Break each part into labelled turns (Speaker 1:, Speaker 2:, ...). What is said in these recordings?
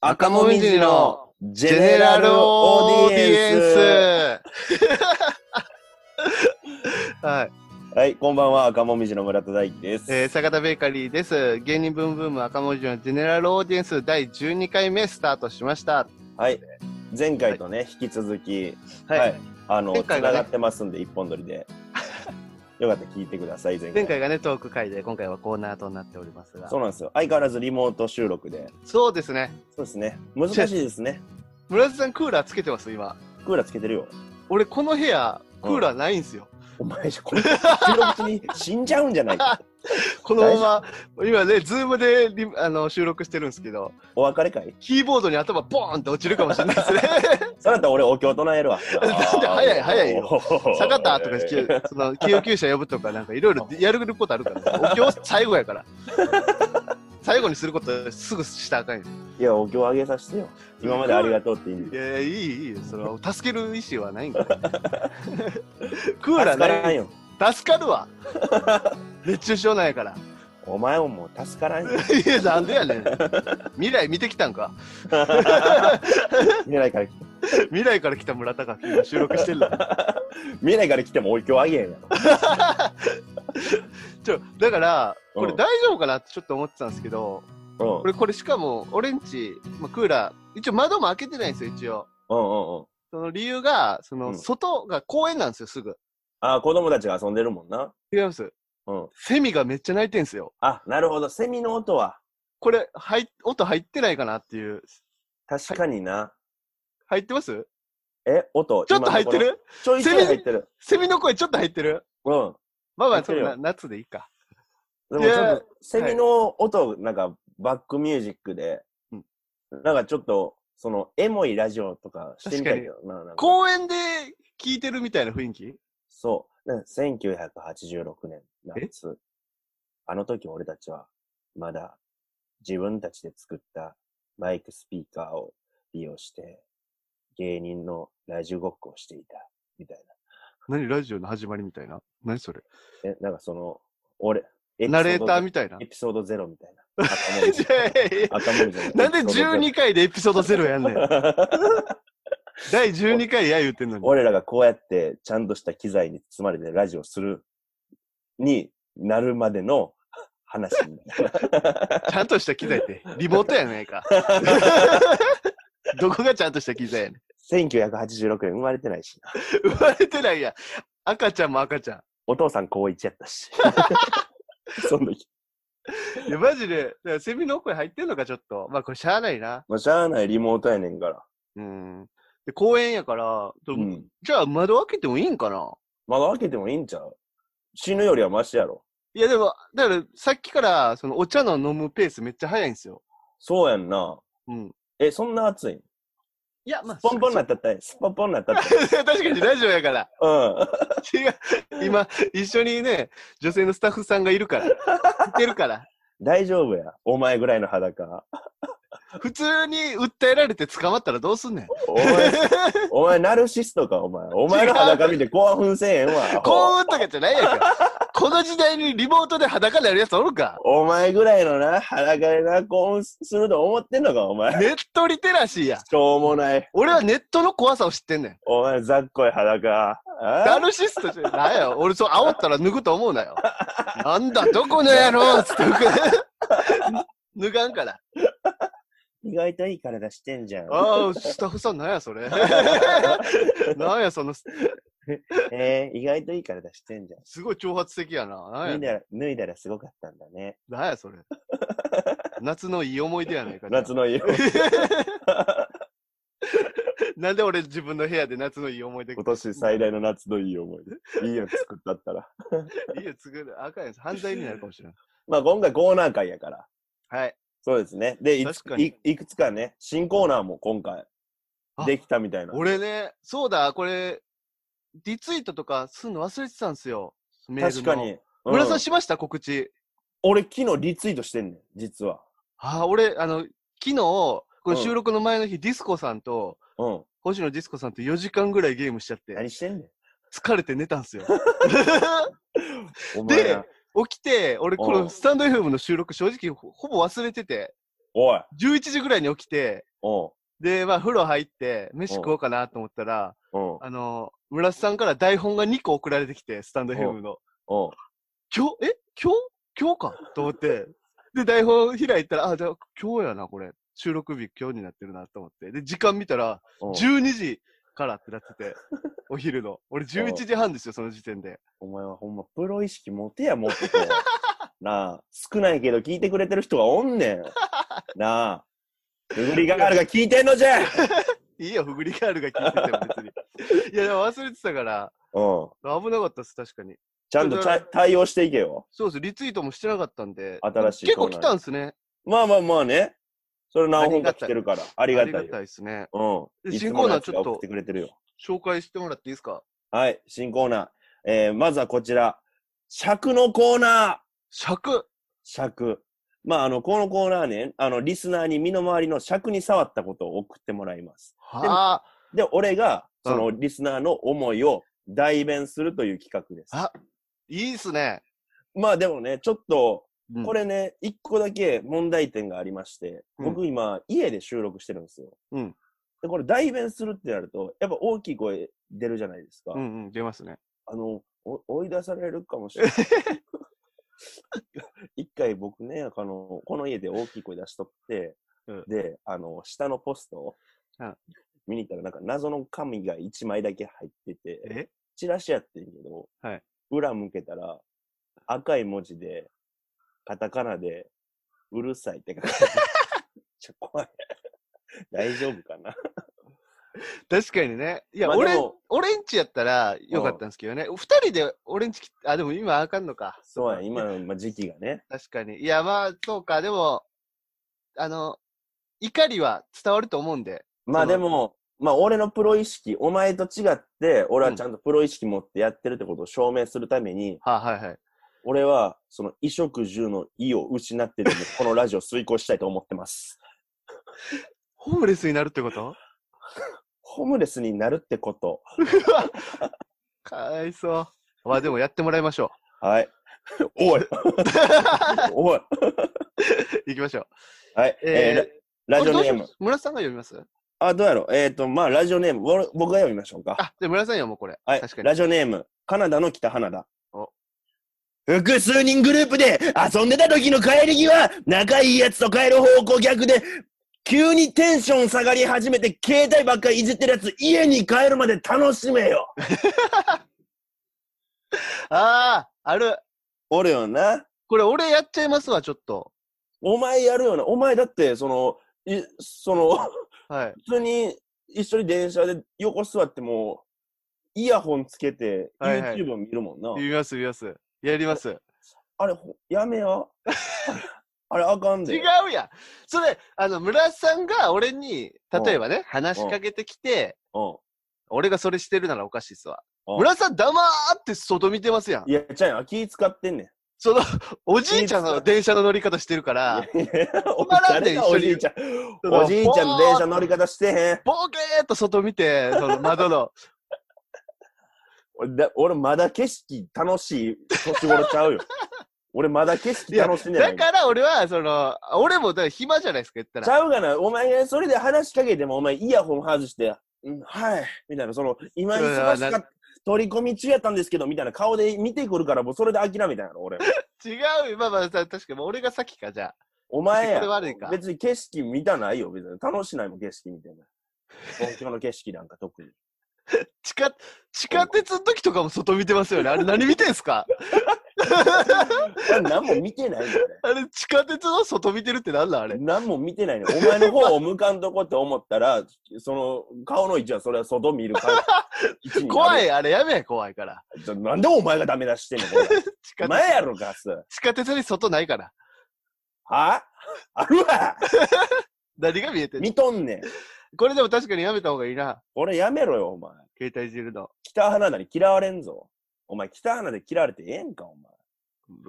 Speaker 1: 赤もみじのジェネラルオーディエン
Speaker 2: ス。 はい、
Speaker 1: ス。はい、こんばんは、赤もみじの村田大樹です。
Speaker 2: えー、坂田ベーカリーです。芸人ブームブーム赤文字のジェネラルオーディエンス第12回目スタートしました。
Speaker 1: はい、前回とね、引き続き、
Speaker 2: はい
Speaker 1: はい、あの、
Speaker 2: 前
Speaker 1: 繋
Speaker 2: 回はね
Speaker 1: がってますんで、一本撮り で。よかったら聞いてください、前回。
Speaker 2: 前回がね、トーク会で、今回はコーナーとなっておりますが。
Speaker 1: そ
Speaker 2: そう
Speaker 1: うなんですよ。相変わらずリモート収録で。
Speaker 2: ですね。
Speaker 1: そうですね。難しいです ね。
Speaker 2: 村田さんクーラーつけてます今。
Speaker 1: クーラーつけてるよ。
Speaker 2: 俺、この部屋、クーラーないんですよ。
Speaker 1: お前、これ、収録中に死んじゃうんじゃない か。
Speaker 2: このまま、今ね、ズームでリあの収録してるんですけど、
Speaker 1: お別れ会
Speaker 2: キーボードに頭ボーンって落ちるかもしれないですね。
Speaker 1: それだったら俺、お経唱 えるわ。
Speaker 2: 早い早いよ
Speaker 1: よ
Speaker 2: 坂田とか、きゅその救急車呼ぶとか、なんかいろい ろやることあるから、お経最後やから。 最後にすることすぐしたらあかんよ。
Speaker 1: いや、お経あげさせてよ。今までありがとうって意味
Speaker 2: い。やいや、いい、いいよ、それは助ける意思はないんかい。 クー
Speaker 1: 助
Speaker 2: ラー
Speaker 1: から
Speaker 2: なんい。
Speaker 1: よ。
Speaker 2: 助かるわ。熱中症なんやから。
Speaker 1: お前ももう助からんよ。
Speaker 2: いや、なんでやねん。未来見てきたんか。
Speaker 1: 未来から来て
Speaker 2: 未来から来た村田が今収録 してるの。
Speaker 1: 未来から来てもお経あげへんやろ。
Speaker 2: ちょ、だから、これ
Speaker 1: うん
Speaker 2: 大丈夫かなってちょっと思ってたんですけど、
Speaker 1: うん。
Speaker 2: 俺これしかも、俺んち、まあ、クーラー、一応窓も開けてないんですよ、一応。
Speaker 1: うんうんうん。
Speaker 2: その理由が、その、
Speaker 1: うん
Speaker 2: 外が公園なんですよ、すぐ。
Speaker 1: ああ、子供たちが遊んでるもんな。
Speaker 2: 違います。
Speaker 1: うん。
Speaker 2: セミがめっちゃ鳴いてんすよ。
Speaker 1: あ、なるほど。セミの音は、
Speaker 2: これ、はい、音入ってないかなっていう。
Speaker 1: 確かにな。
Speaker 2: 入ってます
Speaker 1: え、音。
Speaker 2: ちょっと入って
Speaker 1: 今のところ
Speaker 2: る
Speaker 1: ちょいちょい
Speaker 2: セミ
Speaker 1: 入ってる。
Speaker 2: セミの声ちょっと入ってる
Speaker 1: うん。
Speaker 2: まあま
Speaker 1: 入
Speaker 2: あ、
Speaker 1: っ
Speaker 2: そ
Speaker 1: てる
Speaker 2: れ
Speaker 1: よ
Speaker 2: な夏でいいか。
Speaker 1: でも
Speaker 2: い
Speaker 1: ち
Speaker 2: や
Speaker 1: ょっと、セミの音、なんか、バックミュージックで
Speaker 2: うん、
Speaker 1: なんかちょっと、その、エモいラジオとかしてみたいけどな。なんか
Speaker 2: 公園で聞いてるみたいな雰囲気
Speaker 1: そう。なんか1986年夏。あの時俺たちは、まだ自分たちで作ったマイクスピーカーを利用して、芸人のラジオごっこをしていた、みたい
Speaker 2: 何ラジオの始まりみたいな何それ
Speaker 1: な。え、なんかその、俺、エ
Speaker 2: ナレーター
Speaker 1: み
Speaker 2: みたいな
Speaker 1: エ。ピソードゼロみたい な。赤もみじ赤もみじのエピソードゼロ
Speaker 2: なんで12回でエピソード0やん ねん。第12回や言うてんのに。
Speaker 1: 俺らがこうやってちゃんとした機材に包まれてラジオするになるまでの話みたいな。
Speaker 2: ちゃんとした機材って、リモートやない か。どこがちゃんとした機材やねん。
Speaker 1: 1986年生まれてないし な。
Speaker 2: 生まれてないやん。赤ちゃんも赤ちゃ
Speaker 1: お父さん高一やった し。その時。
Speaker 2: ん。いや、マジで、だからセミの声入ってんのか、ちょっと。まあ、これしゃあないな。
Speaker 1: まあ、しゃあないリモートやねんから。
Speaker 2: うん。で、公園やから、と
Speaker 1: うん。
Speaker 2: じゃあ窓開けてもいいんかな
Speaker 1: 窓開けてもいいんちゃう死ぬよりはマシやろ。
Speaker 2: いや、でも、だから、さっきから、その、お茶の飲むペースめっちゃ早いんですよ。
Speaker 1: そうやんな。
Speaker 2: うん。
Speaker 1: え、そんな暑いん
Speaker 2: いや、まあ、
Speaker 1: ポンポンな
Speaker 2: な。
Speaker 1: ったったい。スポンポンなったったい。
Speaker 2: 確かにラジオやから。
Speaker 1: うん。
Speaker 2: 違う。今、一緒にね、女性のスタッフさんがいるから。いてるから。
Speaker 1: 大丈夫や。お前ぐらいの裸。
Speaker 2: 普通に訴えられて捕まったらどうすんねん。
Speaker 1: お 前、お前ナルシストか、お前。お前の裸見て興奮せえへんわ。
Speaker 2: 幸運とかじゃないやんか。この時代にリモートで裸になるやつおるか。
Speaker 1: お前ぐらいのな、裸でな、興奮すると思ってんのか、お前。
Speaker 2: ネットリテラシーや。
Speaker 1: しょうもない。
Speaker 2: 俺はネットの怖さを知ってんねん。
Speaker 1: お前、ざっこい裸。あ
Speaker 2: ナルシストじゃないよ。俺、そう、煽ったら脱ぐと思うなよ。なんだ、どこの野 郎つって脱ぐ脱がんから。
Speaker 1: 意外といい体してんじゃん。
Speaker 2: ああ、スタッフさん、なんや それ。なんや、その、す
Speaker 1: えー、意外といい体してんじゃん。
Speaker 2: すごい挑発的やな。なん
Speaker 1: 脱いだ
Speaker 2: や
Speaker 1: ら、脱いだらすごかったんだね。
Speaker 2: なんやそれ。夏のいい思い出やないか。
Speaker 1: 夏 の色。
Speaker 2: なんで俺自分の部屋で夏のいい思い出。
Speaker 1: 今年最大の夏のいい思い出。いいやつ作ったったら。
Speaker 2: いいよ、作る。あかんやつ。犯罪になるかもしれない。
Speaker 1: まあ、今回コーナー会やから。
Speaker 2: はい。
Speaker 1: そうですね。で、い
Speaker 2: 確か
Speaker 1: く
Speaker 2: に
Speaker 1: いいくつかね、新コーナーも今回
Speaker 2: あ、
Speaker 1: できたみたいな。
Speaker 2: 俺ね、そうだ、これ、リツイートとかすんの忘れてたんすよ。メール
Speaker 1: 確
Speaker 2: の
Speaker 1: かに。うん
Speaker 2: 村さんしました告知。
Speaker 1: 俺、昨日リツイートしてんねん、実は。
Speaker 2: ああ、俺、あの、昨日、この収録の前の日、ディスコさんと、
Speaker 1: うん。
Speaker 2: 星野ディスコさんと4時間ぐらいゲームしちゃって、
Speaker 1: 何してんね
Speaker 2: 疲れて寝たんす よ。
Speaker 1: ん。お前
Speaker 2: で
Speaker 1: な、
Speaker 2: 起きて、俺、こ
Speaker 1: う
Speaker 2: の
Speaker 1: ん
Speaker 2: スタンド FM の収録、正直ほ、ほぼ忘れてて、
Speaker 1: おい。
Speaker 2: 11時ぐらいに起きて、
Speaker 1: おう
Speaker 2: で、まあ、風呂入って、飯食おうかなと思ったら、
Speaker 1: おう
Speaker 2: あの、村瀬さんから台本が2個送られてきて、スタンドヘムの。
Speaker 1: おう
Speaker 2: 今日、え今日今日かと思って。で、台本開いたら、あ、じゃあ今日やな、これ。収録日今日になってるなと思って。で、時間見たら、
Speaker 1: おう
Speaker 2: 12時からってなってて、お昼の。俺11時半ですよ、その時点で。
Speaker 1: お前はほんまプロ意識持てや、もっと。 なあ、少ないけど聞いてくれてる人がおんねん。なあ、めぐりガールが聞いてんのじ ゃ
Speaker 2: いいよ、フグリガールが聞いてても別に。いや、でも忘れてたから、
Speaker 1: うん。
Speaker 2: 危なかったです、確かに。
Speaker 1: ちゃんとちゃ対応していけよ。
Speaker 2: そうです、リツイートもしてなかったんで。
Speaker 1: 新しい
Speaker 2: 結構
Speaker 1: コーナ
Speaker 2: 来
Speaker 1: ー
Speaker 2: たんですね。
Speaker 1: まあまあまあね。それ何本か来てるから。あ
Speaker 2: あ
Speaker 1: りがたいよ。
Speaker 2: ですね。
Speaker 1: うん。
Speaker 2: で
Speaker 1: いつ
Speaker 2: 新
Speaker 1: も
Speaker 2: コ
Speaker 1: の
Speaker 2: ーナー
Speaker 1: やつ
Speaker 2: ちょ
Speaker 1: が
Speaker 2: っと
Speaker 1: 送ってくれてるよ。
Speaker 2: 紹介してもらっていいですか
Speaker 1: はい、新コーナー。えー、まずはこちら。尺のコーナー
Speaker 2: 尺
Speaker 1: 尺。まあ、あの、このコーナーね、あの、リスナーに身の回りの尺に触ったことを送ってもらいます。
Speaker 2: は
Speaker 1: で、俺が、その、リスナーの思いを代弁するという企画です。
Speaker 2: あいいっすね。
Speaker 1: まあ、でもね、ちょっと、
Speaker 2: うん
Speaker 1: これね、一個だけ問題点がありまして、僕今、家で収録してるんですよ。
Speaker 2: うん
Speaker 1: で、これ代弁するってなると、やっぱ大きい声出るじゃないですか。
Speaker 2: うんうん、出ますね。
Speaker 1: あの、お追い出されるかもしれない。 一回僕ね、あの、この家で大きい声出しとって、
Speaker 2: うん
Speaker 1: で、あの、下のポストを
Speaker 2: うん
Speaker 1: 見に行ったら、なんか謎の紙が一枚だけ入ってて、
Speaker 2: え
Speaker 1: チラシやってんけど、
Speaker 2: はい
Speaker 1: 裏向けたら、赤い文字で、カタカナで、うるさいって書かれてる ちょ、怖い。 大丈夫かな
Speaker 2: 確かにね。いや、
Speaker 1: まあ
Speaker 2: 俺
Speaker 1: で
Speaker 2: ん
Speaker 1: も、
Speaker 2: 俺んちやったらよかったんですけどね。二人で俺んち来て、あ、でも今あかんのか。
Speaker 1: そうや、今のまあ時期がね。
Speaker 2: 確かに。いや、まあ、そうか。でも、あの、怒りは伝わると思うんで。
Speaker 1: まあ
Speaker 2: その
Speaker 1: でも、まあ俺のプロ意識、お前と違って、俺はちゃんとプロ意識持ってやってるってことを証明するために、
Speaker 2: はい、はいはい。
Speaker 1: 俺はその衣食住の意を失ってでも、このラジオ遂行したいと思ってます。
Speaker 2: ホームレスになるってこと
Speaker 1: ホームレスになるってこと。
Speaker 2: かわいそう。まあでもやってもらいましょ
Speaker 1: はい。 おいおい
Speaker 2: う。 行きましょう。
Speaker 1: はい。えー
Speaker 2: えー、
Speaker 1: ララジオネー
Speaker 2: これどうしま
Speaker 1: ム。
Speaker 2: す村瀬さんが読みます
Speaker 1: あ、どうやろうえっ、と、まあラジオネーム、ぼ僕が読みましょうか。
Speaker 2: あ、で、村瀬さん読もう、これ。
Speaker 1: はい
Speaker 2: 確か。に
Speaker 1: ラジオネーム、カナダの北花田
Speaker 2: お。
Speaker 1: 複数人グループで遊んでた時の帰り際、仲いいやつと帰る方向逆で、急にテンション下がり始めて携帯ばっかりいじってるやつ、家に帰るまで楽しめ よ。
Speaker 2: ああ、ある。
Speaker 1: おるよな。
Speaker 2: これ、俺やっちゃいますわ、ちょっと。
Speaker 1: お前やるよな。お前だって、その、いその、
Speaker 2: はい。
Speaker 1: 普通に一緒に電車で横座っても、イヤホンつけて
Speaker 2: はいはい
Speaker 1: YouTube を見るもんな。
Speaker 2: 読みます、読みます。やります。
Speaker 1: あれ、ほやめ よ。あれ、あかんで。
Speaker 2: 違うやん。それ、あの、村瀬さんが俺に、例えばね、話しかけてきて、
Speaker 1: うん。
Speaker 2: 俺がそれしてるならおかしいっすわ。
Speaker 1: うん
Speaker 2: 村瀬さん、黙って外見てますやん。
Speaker 1: いや、ちゃうやん。気使ってんねん。
Speaker 2: その、おじいちゃんの電車の乗り方してるから、
Speaker 1: いやいやお
Speaker 2: まらんで
Speaker 1: 誰がお
Speaker 2: 一緒に
Speaker 1: じいちゃん。
Speaker 2: その
Speaker 1: おじいちゃんの電車乗り方してへん。
Speaker 2: ボケーっと外見て、その窓の、
Speaker 1: 俺だ、俺まだ景色楽しい年頃ちゃ うよ。俺まだ景色楽しんで ない
Speaker 2: だ。から俺は、その、俺もだから暇じゃないですか、言った
Speaker 1: ち
Speaker 2: ら。
Speaker 1: ゃうがな。お前がそれで話しかけても、お前イヤホン外して、うん、はい。みたいな、その、今忙し
Speaker 2: う
Speaker 1: か
Speaker 2: わ
Speaker 1: った。取り込み中やったんですけど、みたいな顔で見てくるから、もうそれで諦めたんやろ、 俺。
Speaker 2: 違うよ、まあまあ、さ確かに、俺が先か、じゃあ。
Speaker 1: お前
Speaker 2: これ
Speaker 1: や。
Speaker 2: 悪いか。
Speaker 1: 別に景色見たないよ、別に。楽しないもん、景色見ても。東京の景色なんか特に。
Speaker 2: 地下、地下鉄の時とかも外見てますよね。あ れ何見てんすか
Speaker 1: 俺何も見てないよ、俺。
Speaker 2: あれ、地下鉄の外見てるってなんなんあれ。
Speaker 1: 何も見てないの。お前の方を向かんとこって思ったら、その顔の位置はそれは外見る から。位置になる
Speaker 2: 怖い、あれやめえ、怖いから。
Speaker 1: ちょなんでお前がダメ出してんのこ れ
Speaker 2: 地下
Speaker 1: 前
Speaker 2: 鉄
Speaker 1: やろ、ガス。は
Speaker 2: 地下鉄に外ないから。
Speaker 1: あるわ
Speaker 2: 何が見えてんの
Speaker 1: 見とんねん。
Speaker 2: これでも確かにやめた方がいいな。
Speaker 1: 俺やめろよ、お前。
Speaker 2: 携帯いじるの。
Speaker 1: 北花田に嫌われんぞ。お前、北花で嫌われてええんか、お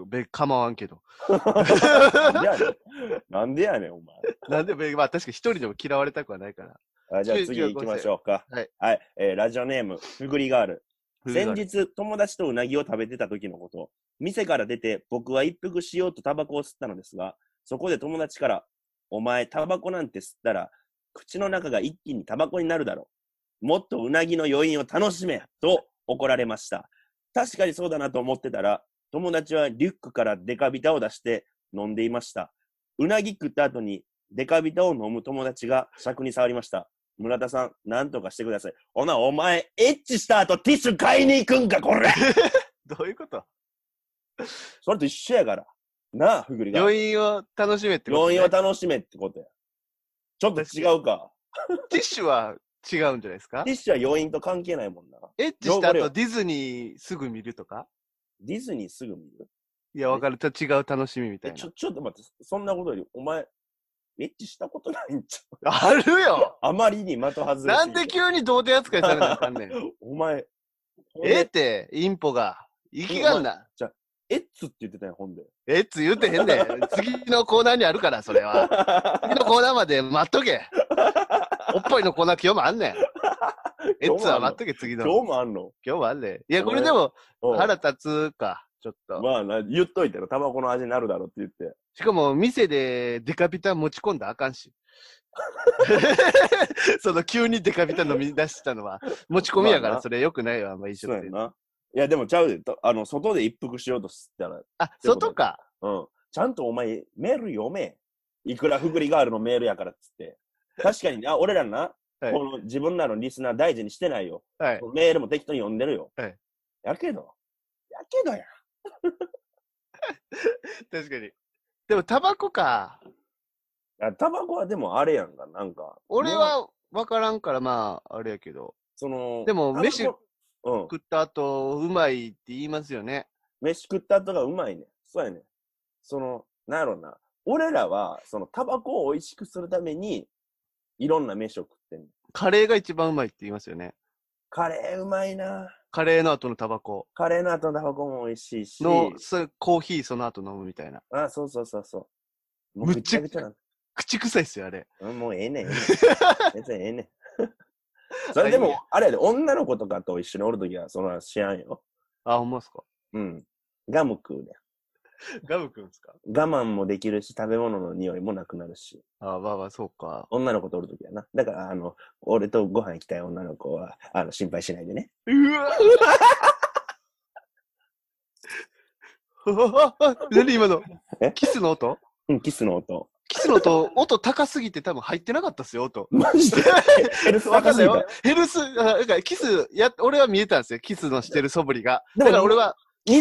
Speaker 2: べ、構わんけど。
Speaker 1: 前。なんでやねん。なんでやねん、お前。
Speaker 2: なんで、べまあ確かに一人でも嫌われたくはないから。
Speaker 1: あじゃあ
Speaker 2: 違う
Speaker 1: 次行きましょうか。
Speaker 2: はい。
Speaker 1: はい。えーラジオネーム、ふぐりガール。先
Speaker 2: 日
Speaker 1: 日、友達とうなぎを食べてた時のこと、店から出て僕は一服しようとタバコを吸ったのですが、そこで友達から、お前タバコなんて吸ったら口の中が一気にタバコになるだろう。もっとうなぎの余韻を楽しめと怒られました。確かにそうだなと思ってたら、友達はリュックからデカビタを出して飲んでいました。うなぎ食った後にデカビタを飲む友達が尺に触りました。村田さん、なんとかしてください。おな、お前、エッチした後ティッシュ買いに行くんか、 これ
Speaker 2: どういうこと
Speaker 1: それと一緒やから。なあ、ふぐりが。
Speaker 2: 余韻を楽しめってこと、
Speaker 1: 病
Speaker 2: ね、
Speaker 1: 院を楽しめってことや。ちょっと違うか。
Speaker 2: ティッシュは違うんじゃないですか
Speaker 1: ティッシュは要因と関係ないもんな。
Speaker 2: エッチした
Speaker 1: 汚れを
Speaker 2: 後ディズニーすぐ見るとか
Speaker 1: ディズニーすぐ見る
Speaker 2: いや、わかる。と違う楽しみみた
Speaker 1: え、
Speaker 2: い
Speaker 1: ち
Speaker 2: な
Speaker 1: ょ、。ちょっと待って、そんなことより、お前、エッチしたことないんちゃ
Speaker 2: あるよ
Speaker 1: うあまりに的外れすぎて
Speaker 2: なんで急に童貞扱いされなあかん ねん。
Speaker 1: お前、
Speaker 2: ええって、インポが。生きがんな。
Speaker 1: エッツって言ってたよ、 ほんで。
Speaker 2: えっつ言うてへんねん。次のコーナーにあるから、それは。次のコーナーまで待っと け。おっぱいのコーナー今日もあんねん。えっつは待っとけ、次の。
Speaker 1: 今日もあんの
Speaker 2: 今日もあんねん。いや、これでも
Speaker 1: うん
Speaker 2: 腹立つか、ちょっと。
Speaker 1: まあな、言っといたら、タバコの味になるだろって言って。
Speaker 2: しかも、店でデカビタ持ち込んだらあか んし。その急にデカビタ飲み出したのは、持ち込みやか
Speaker 1: まあ
Speaker 2: ら
Speaker 1: な
Speaker 2: それ良くないわ、あんま飲
Speaker 1: そう
Speaker 2: 食
Speaker 1: やん
Speaker 2: 店。
Speaker 1: な。いや、でもちゃうで。とあの、外で一服しようとしたら、
Speaker 2: あ、
Speaker 1: てこと
Speaker 2: 外か。
Speaker 1: うん。ちゃんとお前、メール読め。いくらふぐりガールのメールやからっつって。確かに、あ、俺らな、
Speaker 2: はい
Speaker 1: この自分らのリスナー大事にしてないよ。
Speaker 2: はい。
Speaker 1: メールも適当に読んでるよ。
Speaker 2: はい
Speaker 1: やけど、やけどや。
Speaker 2: 確かに。でも、タバコか。
Speaker 1: あタバコはでもあれやんか、なんか。
Speaker 2: 俺
Speaker 1: もう、
Speaker 2: は分からんから、まあ、あれやけど。
Speaker 1: その、
Speaker 2: でも
Speaker 1: タバコ
Speaker 2: 飯
Speaker 1: うん。
Speaker 2: 食った後、うまいって言いますよね。
Speaker 1: 飯食った後がうまいね。そうやね。その、なんやろな。俺らは、その、タバコを美味しくするために、いろんな飯を食ってんの。
Speaker 2: カレーが一番うまいって言いますよね。
Speaker 1: カレーうまいな。
Speaker 2: カレーの後のタバコ
Speaker 1: カレーの後のタバコも美味しいし。
Speaker 2: の、そコーヒーその後飲むみたいな。
Speaker 1: あ、そうそうそうそう。もう
Speaker 2: む
Speaker 1: ぐ
Speaker 2: っ
Speaker 1: ち
Speaker 2: ち
Speaker 1: ゃ
Speaker 2: ゃ
Speaker 1: ぐちゃなんだ
Speaker 2: 口臭いっすよ、あれ。
Speaker 1: うんもうええね ん、ええねん。別にええねん。それで
Speaker 2: いい
Speaker 1: も
Speaker 2: や、
Speaker 1: あれやで、女の子とかと一緒におるときは、その話しやんよ。
Speaker 2: あ、ほんまっすか。
Speaker 1: うん。ガム食うね
Speaker 2: ガブくんですか
Speaker 1: ん。我慢もできるし、食べ物の匂いもなくなるし。
Speaker 2: あ、まあまあ、そうか。
Speaker 1: 女の子とおるときはな。だから、あの、俺とご飯行きたい女の子は、あの、心配しないでね。
Speaker 2: うわ何今の
Speaker 1: え
Speaker 2: キスの音
Speaker 1: うん、キスの音。
Speaker 2: キスの音、音高すぎて多分入ってなかったっすよ、音。
Speaker 1: マジ でヘルス
Speaker 2: わかんない
Speaker 1: 高す
Speaker 2: よ。ヘルス、あなんかキスや、俺は見えたんですよ。キスのしてる素振りが。
Speaker 1: ぎた
Speaker 2: だから俺、は、
Speaker 1: でも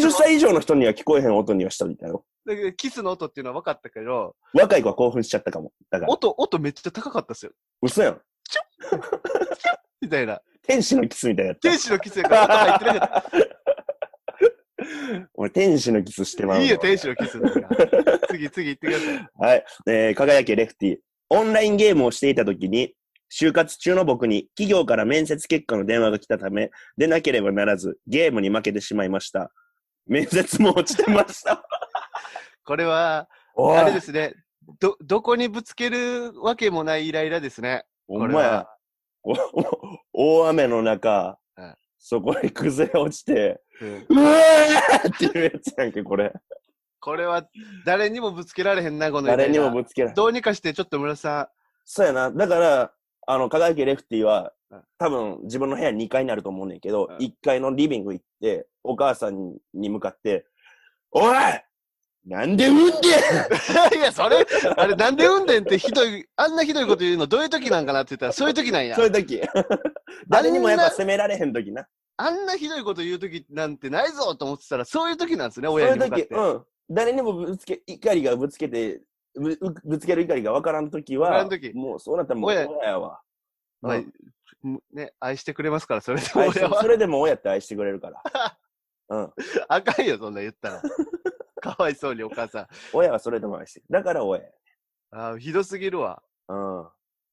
Speaker 1: 20歳以上の人には聞こえへん音にはしといたよ。
Speaker 2: だからキスの音っていうのは分かったけど、
Speaker 1: 若い子は興奮しちゃったかも。だから、
Speaker 2: 音、音めっちゃ高かったっすよ。
Speaker 1: 嘘やん。
Speaker 2: みたいな。
Speaker 1: 天使のキスみたいなやつ。
Speaker 2: 天使のキスやから音入ってなかっ
Speaker 1: 俺、天使のキスしてまう
Speaker 2: た。
Speaker 1: の
Speaker 2: いいよ、天使のキスだから。 次、次行ってください。
Speaker 1: はい。えー輝けレフティ。オンラインゲームをしていたときに、就活中の僕に企業から面接結果の電話が来たため、でなければならず、ゲームに負けてしまいました。面接も落ちてました。
Speaker 2: これは、
Speaker 1: お
Speaker 2: あれですね。ど、どこにぶつけるわけもないイライラですね。
Speaker 1: ほ
Speaker 2: こ
Speaker 1: ん
Speaker 2: れ
Speaker 1: まや
Speaker 2: は。。
Speaker 1: おお大 雨の中
Speaker 2: うん、
Speaker 1: そこに崩れ落ちて、
Speaker 2: うん
Speaker 1: うわーっていうやつやんけ、これ。
Speaker 2: これは、誰にもぶつけられへんな、このイライラ
Speaker 1: 誰にもぶつけない。
Speaker 2: どうにかして、ちょっと村さ
Speaker 1: そうやな。だから、あの、輝けレフティは
Speaker 2: うん、
Speaker 1: 多分自分の部屋2階になると思うねんけど
Speaker 2: う、ん
Speaker 1: 1階のリビング行って、お母さんに向かって、おいなんで産んで
Speaker 2: ん。い や、それ、あれ、なんで産んでんってひどい、あんなひどいこと言うの、どういう時なんかなって言ったら、そういう時なん
Speaker 1: ん
Speaker 2: や
Speaker 1: そう。いう 時。誰にもやっぱ責められへん時な。
Speaker 2: あんなひどいこと言う時なんてないぞと思ってたら、そういう時なんですね、
Speaker 1: そう
Speaker 2: 親
Speaker 1: いう
Speaker 2: に向かっ
Speaker 1: 時
Speaker 2: て、。
Speaker 1: うん。誰にもぶつけ、怒りがぶつけて、ぶぶぶつける怒りがわからん時
Speaker 2: わから
Speaker 1: は
Speaker 2: ん時、
Speaker 1: もうそうなったらもう
Speaker 2: 親
Speaker 1: 親やわ。
Speaker 2: ま
Speaker 1: う
Speaker 2: あ
Speaker 1: ん
Speaker 2: むね、愛してくれますから、それで
Speaker 1: 愛して
Speaker 2: 親は
Speaker 1: そ。れでも親って愛してくれるから。うん。
Speaker 2: あかんよ、そんなん言ったら。 かわいそうに、お母さん。
Speaker 1: 親はそれでも愛してくれる。だから親や。
Speaker 2: あーひどすぎるわ。
Speaker 1: うん。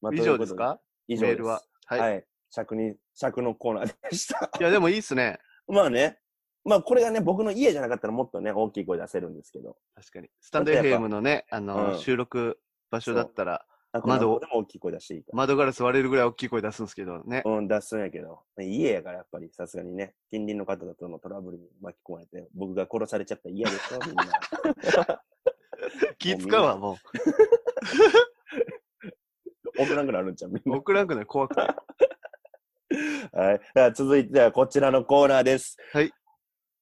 Speaker 1: まあ
Speaker 2: 以上ですか
Speaker 1: 以上
Speaker 2: メ
Speaker 1: で
Speaker 2: ー
Speaker 1: す。
Speaker 2: ルは。はい。
Speaker 1: はい。尺に、尺のコーナーでした。
Speaker 2: いや、でもいいっすね。
Speaker 1: まあね。まあこれがね、僕の家じゃなかったらもっとね、大きい声出せるんですけど。
Speaker 2: 確かに。スタンド
Speaker 1: だってやっぱ
Speaker 2: FM のね、あの、
Speaker 1: うん
Speaker 2: 収録場所だったら、
Speaker 1: あ、これは
Speaker 2: 窓
Speaker 1: ここでも大きい声出していいか。
Speaker 2: 窓ガラス割れるぐらい大きい声出すんですけどね。
Speaker 1: うん、出すんやけど。家やからやっぱりさすがにね、近隣の方々とのトラブルに巻き込まれて、僕が殺されちゃったら嫌でしょ、みん な。
Speaker 2: 気使うわ、もう。
Speaker 1: 送らなくなるんちゃうみんな。
Speaker 2: 送らんくない 怖くて。
Speaker 1: はい。では続いてはこちらのコーナーです。
Speaker 2: はい。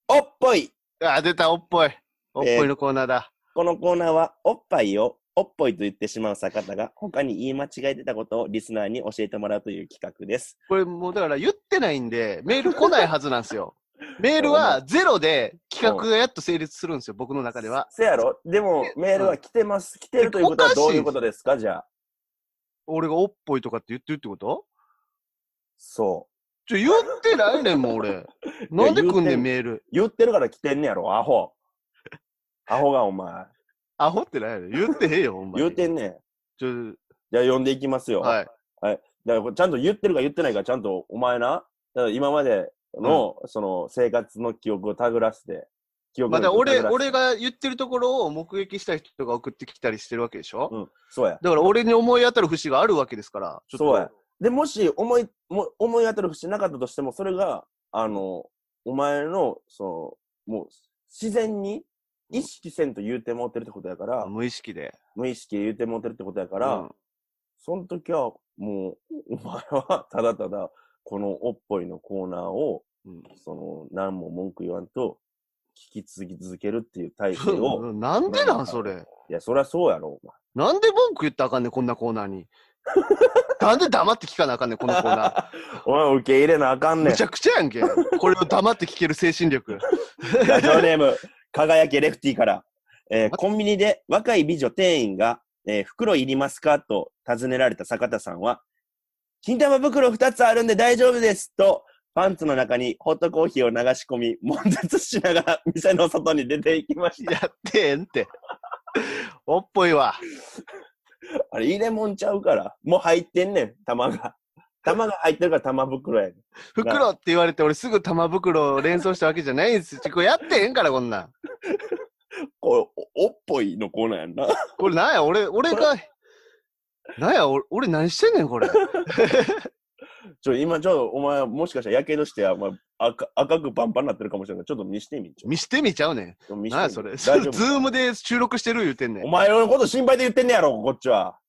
Speaker 1: おっぽい
Speaker 2: あ、出た、おっぽい。おっぽいのコーナーだ。
Speaker 1: このコーナーは、おっぱいをおっぽいと言ってしまう坂田が、他に言い間違えてたことをリスナーに教えてもらうという企画です。
Speaker 2: これもうだから言ってないんで、メール来ないはずなんで すよ。メールはゼロで企画がやっと成立するんですよ、僕の中では。
Speaker 1: せやろでも、メールは来てます。来てるということは
Speaker 2: おかし
Speaker 1: ど
Speaker 2: い
Speaker 1: ういうことですかじゃあ。
Speaker 2: 俺がおっぽいとかって言ってるってこと
Speaker 1: そう。
Speaker 2: ちょ、言ってないねん、もう俺。なんで来んねん、メール。
Speaker 1: 言ってるから来てんねやろア ホ。アホがお前。
Speaker 2: アホってないよね。言ってへんよ、ほんまに。
Speaker 1: 言うてんねん。
Speaker 2: ちょ
Speaker 1: じゃあ呼んでいきますよ。
Speaker 2: はい。
Speaker 1: だからこれちゃんと言ってるか言ってないかちゃんとお前な、だから今までの、その生活の記憶をたぐらせて、記憶
Speaker 2: まあ、
Speaker 1: の
Speaker 2: だから
Speaker 1: 記憶
Speaker 2: 俺、
Speaker 1: をたぐらせ
Speaker 2: 俺
Speaker 1: て、
Speaker 2: が言ってるところを目撃した人が送ってきたりしてるわけでしょ、
Speaker 1: うん、そうや。
Speaker 2: だから俺に思い当たる節があるわけですから。ちょっと
Speaker 1: そうや。で、もし思い、も思い当たる節なかったとしても、それが、あの、お前の、その、もう、自然に、意識せんと言うてもってるってことやから、
Speaker 2: 無意識で。
Speaker 1: 無意識で言うてもってるってことやか、
Speaker 2: から
Speaker 1: その時は、もう、お前は、ただただ、このおっぽいのコーナーを、
Speaker 2: うん
Speaker 1: その、何も文句言わんと、聞き続けるっていう体制を。
Speaker 2: うん、 なんでなんそれ。
Speaker 1: いや、そりゃそうやろ、お
Speaker 2: なんで文句言ったらあかんねん、こんなコーナー に。なんで黙って聞かなあかんねん、このコーナー。
Speaker 1: 前。お前、受け入れなあかんねん。
Speaker 2: む
Speaker 1: ラ
Speaker 2: ち
Speaker 1: ジ
Speaker 2: ゃくちゃやんけ。これを黙って聞ける精神力。
Speaker 1: オネーム、輝けレフティから、えー
Speaker 2: ま
Speaker 1: コンビニで若い美女店員が、えー袋いりますかと尋ねられた坂田さんは、金玉袋2つあるんで大丈夫ですと、パンツの中にホットコーヒーを流し込み、悶絶しながら店の外に出ていきました。
Speaker 2: やってんって。おっぽいわ。
Speaker 1: あれ、入れもんちゃうから。もう入ってんねん、玉が。玉が入ってるから玉袋やねん。
Speaker 2: 袋って言われて、俺すぐ玉袋を連想したわけじゃないんですよ。これやってへんから、こんなん。
Speaker 1: こう、おおっぽいのコーナーやんな。
Speaker 2: これなんや、俺、俺が、なんや、俺、俺何してんねん、これ。
Speaker 1: ちょ、今ちょっとお前もしかしたらやけどして、お前赤赤くパンパンになってるかもしれないからちょっと見してみ。ちょ
Speaker 2: 見してみちゃうねん。
Speaker 1: ちょ見してみ
Speaker 2: なんや、それ。ズ
Speaker 1: 大丈夫
Speaker 2: ームで収録してる言うてんねん
Speaker 1: お。前のこと心配で言ってんねやろ、こっちは。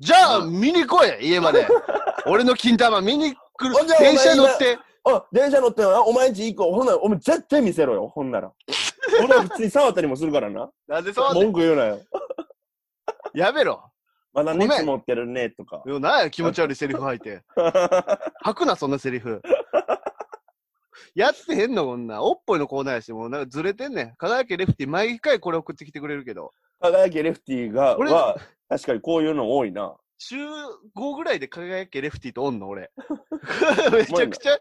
Speaker 2: じゃあ、見に来い、家 まで。俺の金玉見に来る
Speaker 1: ほんじゃ。お前
Speaker 2: 電車に乗って。
Speaker 1: あ、電車乗ってんのあお前んち行こう。ほんなら、お前絶対見せろよ、ほんなら。俺は普通に触ったりもするからな。
Speaker 2: なんでそう
Speaker 1: 文句言うなよ。
Speaker 2: やめろ。
Speaker 1: まだ熱
Speaker 2: ご
Speaker 1: 持ってるね、とか。
Speaker 2: よなんや、気持ち悪いセリフ吐いて。吐くな、そんなセリフ。やってへんの、こんなん。おっぽいのコーナーやし、もうなんかずれてんねん。輝けレフティ、毎回これ送ってきてくれるけど。
Speaker 1: 輝けレフティーが、
Speaker 2: 俺
Speaker 1: は、確かにこういうの多いな。
Speaker 2: 週5ぐらいで輝けレフティとおんの、俺。めちゃくちゃ、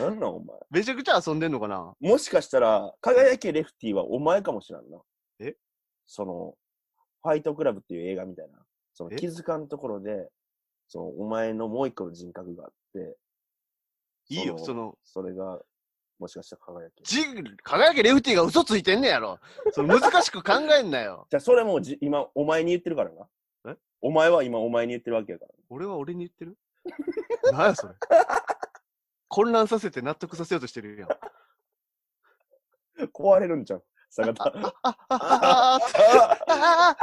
Speaker 1: なんなん、お前。
Speaker 2: めちゃくちゃ遊んでんのかな
Speaker 1: もしかしたら、輝けレフティはお前かもしらんな。
Speaker 2: え
Speaker 1: その、ファイトクラブっていう映画みたいな。その
Speaker 2: え
Speaker 1: 気づかんところで、そのお前のもう一個の人格があって、
Speaker 2: いいよ、そ
Speaker 1: の。
Speaker 2: の、
Speaker 1: それが、もしかしたら輝け。じ
Speaker 2: ジ輝けレフティが嘘ついてんねやろ。その難しく考えんなよ。
Speaker 1: ゃあそれもじ今、お前に言ってるからな。
Speaker 2: え
Speaker 1: お前は今、お前に言ってるわけやから。
Speaker 2: 俺は俺に言ってるなんやそれ。混乱させて納得させようとしてるやん。
Speaker 1: 壊れるんじゃん。坂 田。
Speaker 2: あああ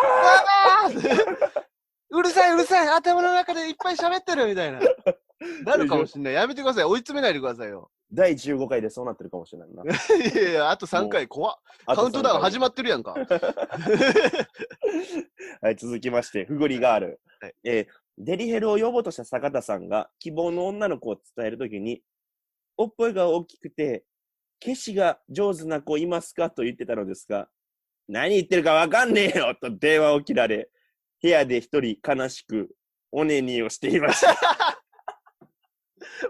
Speaker 2: あうるさいうるさい頭の中でいっぱい喋ってるみたいな。なるかもしんない。やめてください。追い詰めないでくださいよ。
Speaker 1: 第15回でそうなってるかもしれない な。
Speaker 2: いやいや、あと3回怖っ。カウントダウン始
Speaker 1: ま
Speaker 2: まってるやんか。
Speaker 1: はい、続きまして、ふぐりガール。
Speaker 2: はい
Speaker 1: えーデリヘルを呼ぼうとした坂田さんが、希望の女の子を伝えるときに、おっぽいが大きくて、消しが上手な子いますかと言ってたのですが、何言ってるかわかんねえよと電話を切られ、部屋で一人悲しく、おねにをしていま した。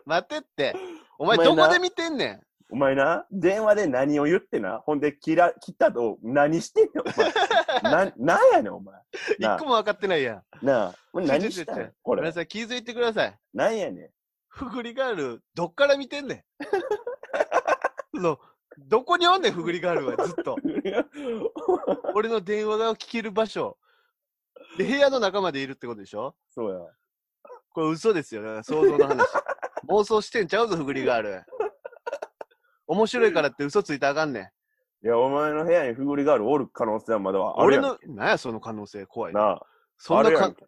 Speaker 2: 待ってって。お前
Speaker 1: お前な
Speaker 2: どこで見てんねん。
Speaker 1: お前な、電話で何を言ってな。ほんで、切ら、切ったと、何してんのお前。な、なんやねん、お前。な
Speaker 2: 一
Speaker 1: あ
Speaker 2: 個も分かってないやん。
Speaker 1: なあ、お前
Speaker 2: ちょ
Speaker 1: 何
Speaker 2: ち
Speaker 1: し
Speaker 2: ょち
Speaker 1: た
Speaker 2: ょ
Speaker 1: んこれ
Speaker 2: 皆。さん気づいてください。
Speaker 1: なんやねん。
Speaker 2: フグリガール、どっから見てんねん。のどこにおんねん、フグリガールはずっと。俺の電話が聞ける場所。で、部屋の中までいるってことでしょ
Speaker 1: そうや。
Speaker 2: これ嘘ですよ、ね、想像の 話。妄想してんちゃうぞ、フグリガール。面白いからって嘘ついてあかんねん。
Speaker 1: いや、お前の部屋にフグリガールおる可能性はまだある
Speaker 2: 俺
Speaker 1: やん。
Speaker 2: の、なんやその可能性、怖いな。
Speaker 1: なあ、
Speaker 2: そんな
Speaker 1: あるや
Speaker 2: か
Speaker 1: んけ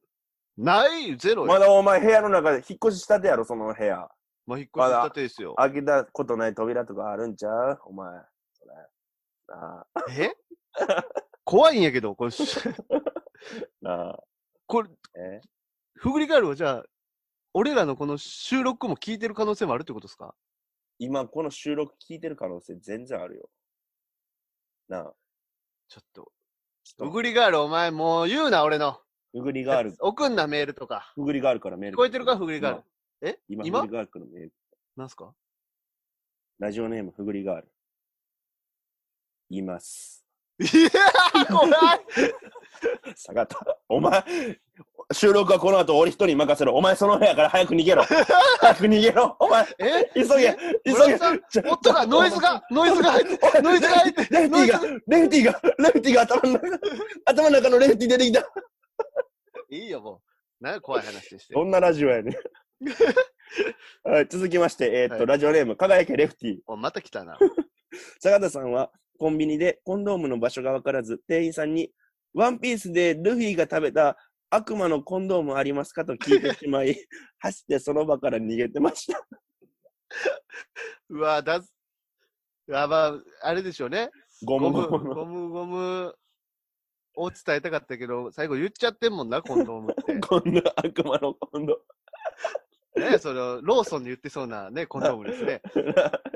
Speaker 2: ないゼロよ。
Speaker 1: まだお前部屋の中で引っ越ししたてやろ、その部屋。
Speaker 2: まあ、引っ越したてですよ。
Speaker 1: 開けたことない扉とかあるんちゃうお前。それ。なあ、
Speaker 2: え怖いんやけど、これ、
Speaker 1: なあ、
Speaker 2: これ、
Speaker 1: え
Speaker 2: ふぐり返るはじゃあ、俺らのこの収録も聞いてる可能性もあるってことですか
Speaker 1: 今この収録聞いてる可能性全然あるよ。なあ、
Speaker 2: ちょっと。
Speaker 1: ちょ
Speaker 2: ふ
Speaker 1: っと、
Speaker 2: ぐり返る、お前もう言うな、俺の。
Speaker 1: ふぐりガール、
Speaker 2: 送んな、メールとか。
Speaker 1: ふぐりガールからメール。
Speaker 2: 聞こえてるか、ふぐり返る。え
Speaker 1: 今、今
Speaker 2: 今
Speaker 1: ふぐりガールからメール。
Speaker 2: なんすか
Speaker 1: ラジオネーム、ふぐりガール。います。
Speaker 2: いや 怖い
Speaker 1: 下がった。お前、収録はこの後俺一人に任せろ。お前その部屋から早く逃げろ。早く逃げろ。お前、
Speaker 2: え
Speaker 1: 急げ、急
Speaker 2: 村
Speaker 1: げ
Speaker 2: 井さん。
Speaker 1: ちょ
Speaker 2: 音が、ノイズが、ノイズが入って、ノイズが入って、
Speaker 1: レフティーが、レフティーが、レフティーが頭の中、頭の中のレフティー出てきた。
Speaker 2: いいよ、もう。なんか怖い話して。
Speaker 1: どんなラジオやねん。はい、続きまして、えーっと、
Speaker 2: はい
Speaker 1: ラジオネーム、輝けレフティー。
Speaker 2: お、また来たな。
Speaker 1: 坂田さんは、コンビニでコンドームの場所がわからず、店員さんに、ワンピースでルフィが食べた悪魔のコンドームありますかと聞いてし まい、走ってその場から逃げてました。
Speaker 2: うわ、だず、やば、あれでしょうね。
Speaker 1: ゴ
Speaker 2: ゴ
Speaker 1: ム
Speaker 2: ム、
Speaker 1: ゴムの。
Speaker 2: ゴムゴムを伝えたかったけど、最後言っちゃってんもんな、コンドーム って。
Speaker 1: こんな悪魔のコンド
Speaker 2: ね、その、ローソンで言ってそうなね、コンドームですね。
Speaker 1: ーム。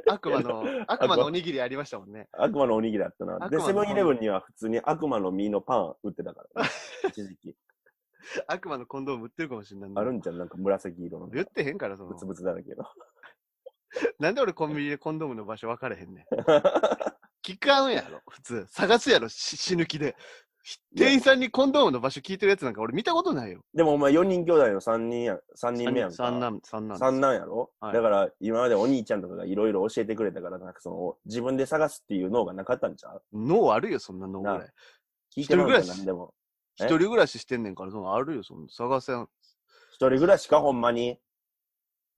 Speaker 2: 悪魔の、悪魔のおにぎりありましたもんね。
Speaker 1: 悪魔のおにぎりだったな。
Speaker 2: 悪
Speaker 1: で、
Speaker 2: 魔の
Speaker 1: セブンイレブンには普通に悪魔の実のパン売ってたから、 ね、一時期。
Speaker 2: 悪魔のコンドーム売ってるかもしれない、
Speaker 1: あるんじゃん、なんか紫色の。
Speaker 2: 言ってへんから、その
Speaker 1: ブツ。ブツだらけの。
Speaker 2: なんで俺コンビニでコンドームの場所分かれへん ねん。聞かんやろ、普通。探すやろ、し死ぬ気で。店員さんにコンドームの場所聞いてるやつなんか俺見たことないよ。
Speaker 1: でもお前4人兄弟の3人やん、三人目やんか。
Speaker 2: 三男、三男。
Speaker 1: 三男やろ、
Speaker 2: はい
Speaker 1: だから今までお兄ちゃんとかがいろいろ教えてくれたから、なんかその自分で探すっていう脳がなかったんちゃう
Speaker 2: 脳あるよ、そんな脳ぐらい。
Speaker 1: 聞いてもらうと
Speaker 2: 一人暮らし
Speaker 1: 何でも。え
Speaker 2: 一人暮らししてんねんから、そのあるよ、その探せん。
Speaker 1: 一人暮らしか、ほんまに。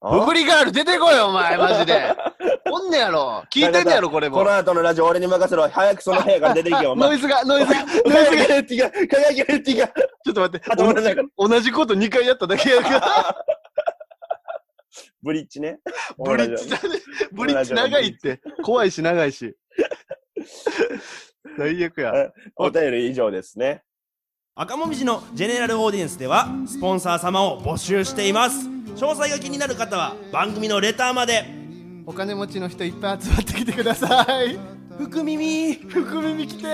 Speaker 2: ふぐ
Speaker 1: り
Speaker 2: りガール出てこいよ、お前、マジ で。おんねやろ。聞いてんねやろ、これ
Speaker 1: こ
Speaker 2: も
Speaker 1: の。後のラジオ俺に任せろ。早くその部屋から出て いけよ、お
Speaker 2: ノ
Speaker 1: 前。
Speaker 2: イズが、ノイズが、ノイズ
Speaker 1: 輝
Speaker 2: が。
Speaker 1: けるっていうか、輝けるっていうか、
Speaker 2: ちょっと待って、
Speaker 1: 頭の中の。
Speaker 2: お同じこと2回やっただけやから。
Speaker 1: ブリッジね。
Speaker 2: ブリッジだね。ブリッジ
Speaker 1: 同じ
Speaker 2: 長いって。怖いし長い し。最悪や。
Speaker 1: お便り以上ですね。
Speaker 3: 赤もみじのジェネラルオーディエンスではスポンサー様を募集しています詳細が気になる方は番組のレターまで
Speaker 2: お金持ちの人いっぱい集まってきてください。
Speaker 3: 福耳
Speaker 2: 福耳来て。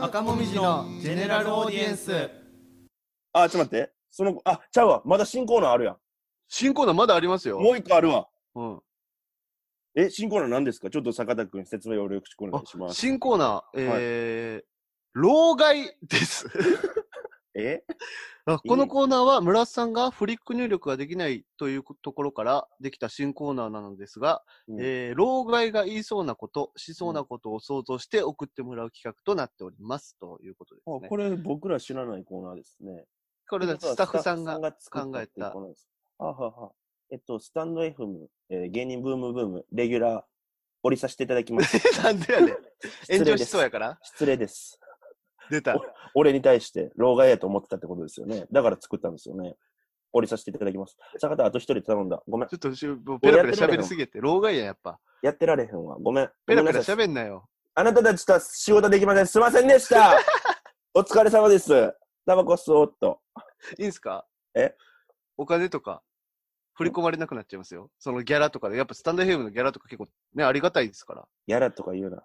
Speaker 3: 赤もみじのジェネラルオーディエンス
Speaker 1: あ、ちょっと待って。その、あ、ちゃうわ。まだ新コーナーあるやん。
Speaker 2: 新コーナーまだありますよ。
Speaker 1: もう一個あるわ。
Speaker 2: うん
Speaker 1: え、新コーナー何ですかちょっと坂田君説明をよろしくお願いしま
Speaker 2: あ
Speaker 1: す。
Speaker 2: 新コーナー、えー、老害 です。
Speaker 1: え
Speaker 2: あこのコーナーは村瀬さんがフリック入力ができないというところからできた新コーナーなのですが、
Speaker 1: うん
Speaker 2: えー老害が言いそうなこと、しそうなことを想像して送ってもらう企画となっておりますということです、ね
Speaker 1: あ。これ僕ら知らないコーナーですね。
Speaker 2: これだ
Speaker 1: という
Speaker 2: ス
Speaker 1: こと
Speaker 2: タ
Speaker 1: は
Speaker 2: ッフさんが
Speaker 1: スタッフさんが作ったっていう
Speaker 2: 考
Speaker 1: コーナーです。あはは。えっと、スタンド FM、えー芸人ブームブーム、レギュラー、降りさせていただきます。
Speaker 2: なんでやねん。
Speaker 1: 失
Speaker 2: 炎
Speaker 1: 礼
Speaker 2: 上
Speaker 1: で
Speaker 2: し
Speaker 1: す
Speaker 2: そう。やから。
Speaker 1: 失礼です。
Speaker 2: 出た。
Speaker 1: 俺に対して、老害やと思ってたってことですよね。だから作ったんですよね。降りさせていただきます。坂田、あと一人頼んだ。ごめん
Speaker 2: ちょ。っとしもうペラペラ喋りすぎて、老害ややっぱ。
Speaker 1: やってられへんわ。ごめん。
Speaker 2: ペラ
Speaker 1: ごめん
Speaker 2: ペラ
Speaker 1: なさい
Speaker 2: 喋んなよ。
Speaker 1: あなたたちとは仕事できません。すいませんで した。お疲れ様です。タバコ吸おうっと。
Speaker 2: いいんすか
Speaker 1: え
Speaker 2: お金とか、振り込まれなくなっちゃいますよ。そのギャラとかで。やっぱスタンドヘムのギャラとか結構ね、ありがたいですから。
Speaker 1: やらとか言うな。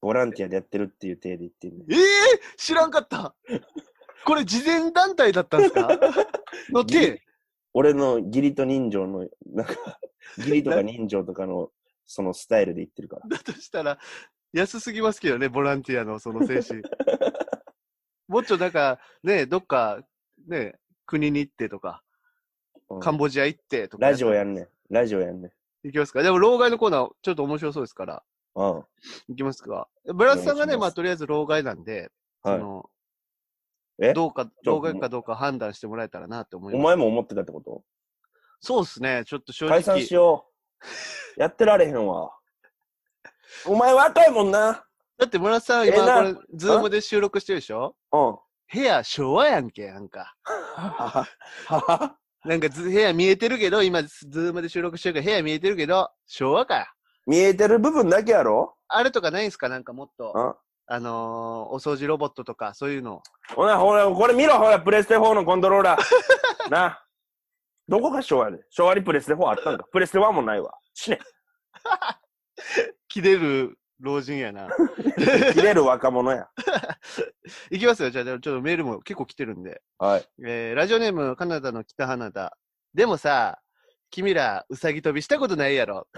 Speaker 1: ボランティアでやってるっていう体で言ってんねん。
Speaker 2: ええ知らんかったこれ、慈善団体だったんですかの
Speaker 1: ギ
Speaker 2: 手
Speaker 1: リ、俺の義理と人情の、なんか、 義理とか人情とかの、そのスタイルで言ってるから。
Speaker 2: だとしたら、安すぎますけどね、ボランティアのその 精神。もうちょ、なんか、ね、どっか、ね、国に行ってとか、
Speaker 1: うん
Speaker 2: カンボジア行ってとか。
Speaker 1: ラジオやんねん。ラジオやんねん。
Speaker 2: いきますか。でも、老害のコーナー、ちょっと面白そうですから、
Speaker 1: うん。
Speaker 2: いきますか。ブラスさんがね、
Speaker 1: お願いします
Speaker 2: まあ、とりあえず老害なんで、
Speaker 1: は
Speaker 2: そ
Speaker 1: い。
Speaker 2: の
Speaker 1: え
Speaker 2: どうか、老害かどうか判断してもらえたらなって思い
Speaker 1: お
Speaker 2: ます。
Speaker 1: 前も思ってたってこと
Speaker 2: そうですね、ちょっと正直。
Speaker 1: 解散しよう。やってられへんわ。お前若いもんな。
Speaker 2: だって、村瀬さん、
Speaker 1: え
Speaker 2: 今、
Speaker 1: な
Speaker 2: これ、ズームで収録してるでしょ
Speaker 1: うん。
Speaker 2: 部部屋昭和やんけ、なんか。
Speaker 1: はは
Speaker 2: なんかず部屋見えてるけど、今、ズームで収録してるから部屋見えてるけど、昭和か。
Speaker 1: 見えてる部分だけやろ
Speaker 2: あれとかないんすかなんかもっと、
Speaker 1: あ
Speaker 2: あのー、お掃除ロボットとか、そういうの。
Speaker 1: ほら、ほら、これ見ろ、ほら、プレステ4のコントローラー。 な。どこが昭和やねん昭和にプレステ4あったんか。プレステ1もないわ。死ね。
Speaker 2: 切れる老人 やな。
Speaker 1: 切れる若者や。
Speaker 2: いきますよ。じゃあ、ちょっとメールも結構来てるんで。
Speaker 1: はい。
Speaker 2: えーラジオネーム、カナダの北花田。でもさ、君ら、うさぎ飛びしたことないやろ。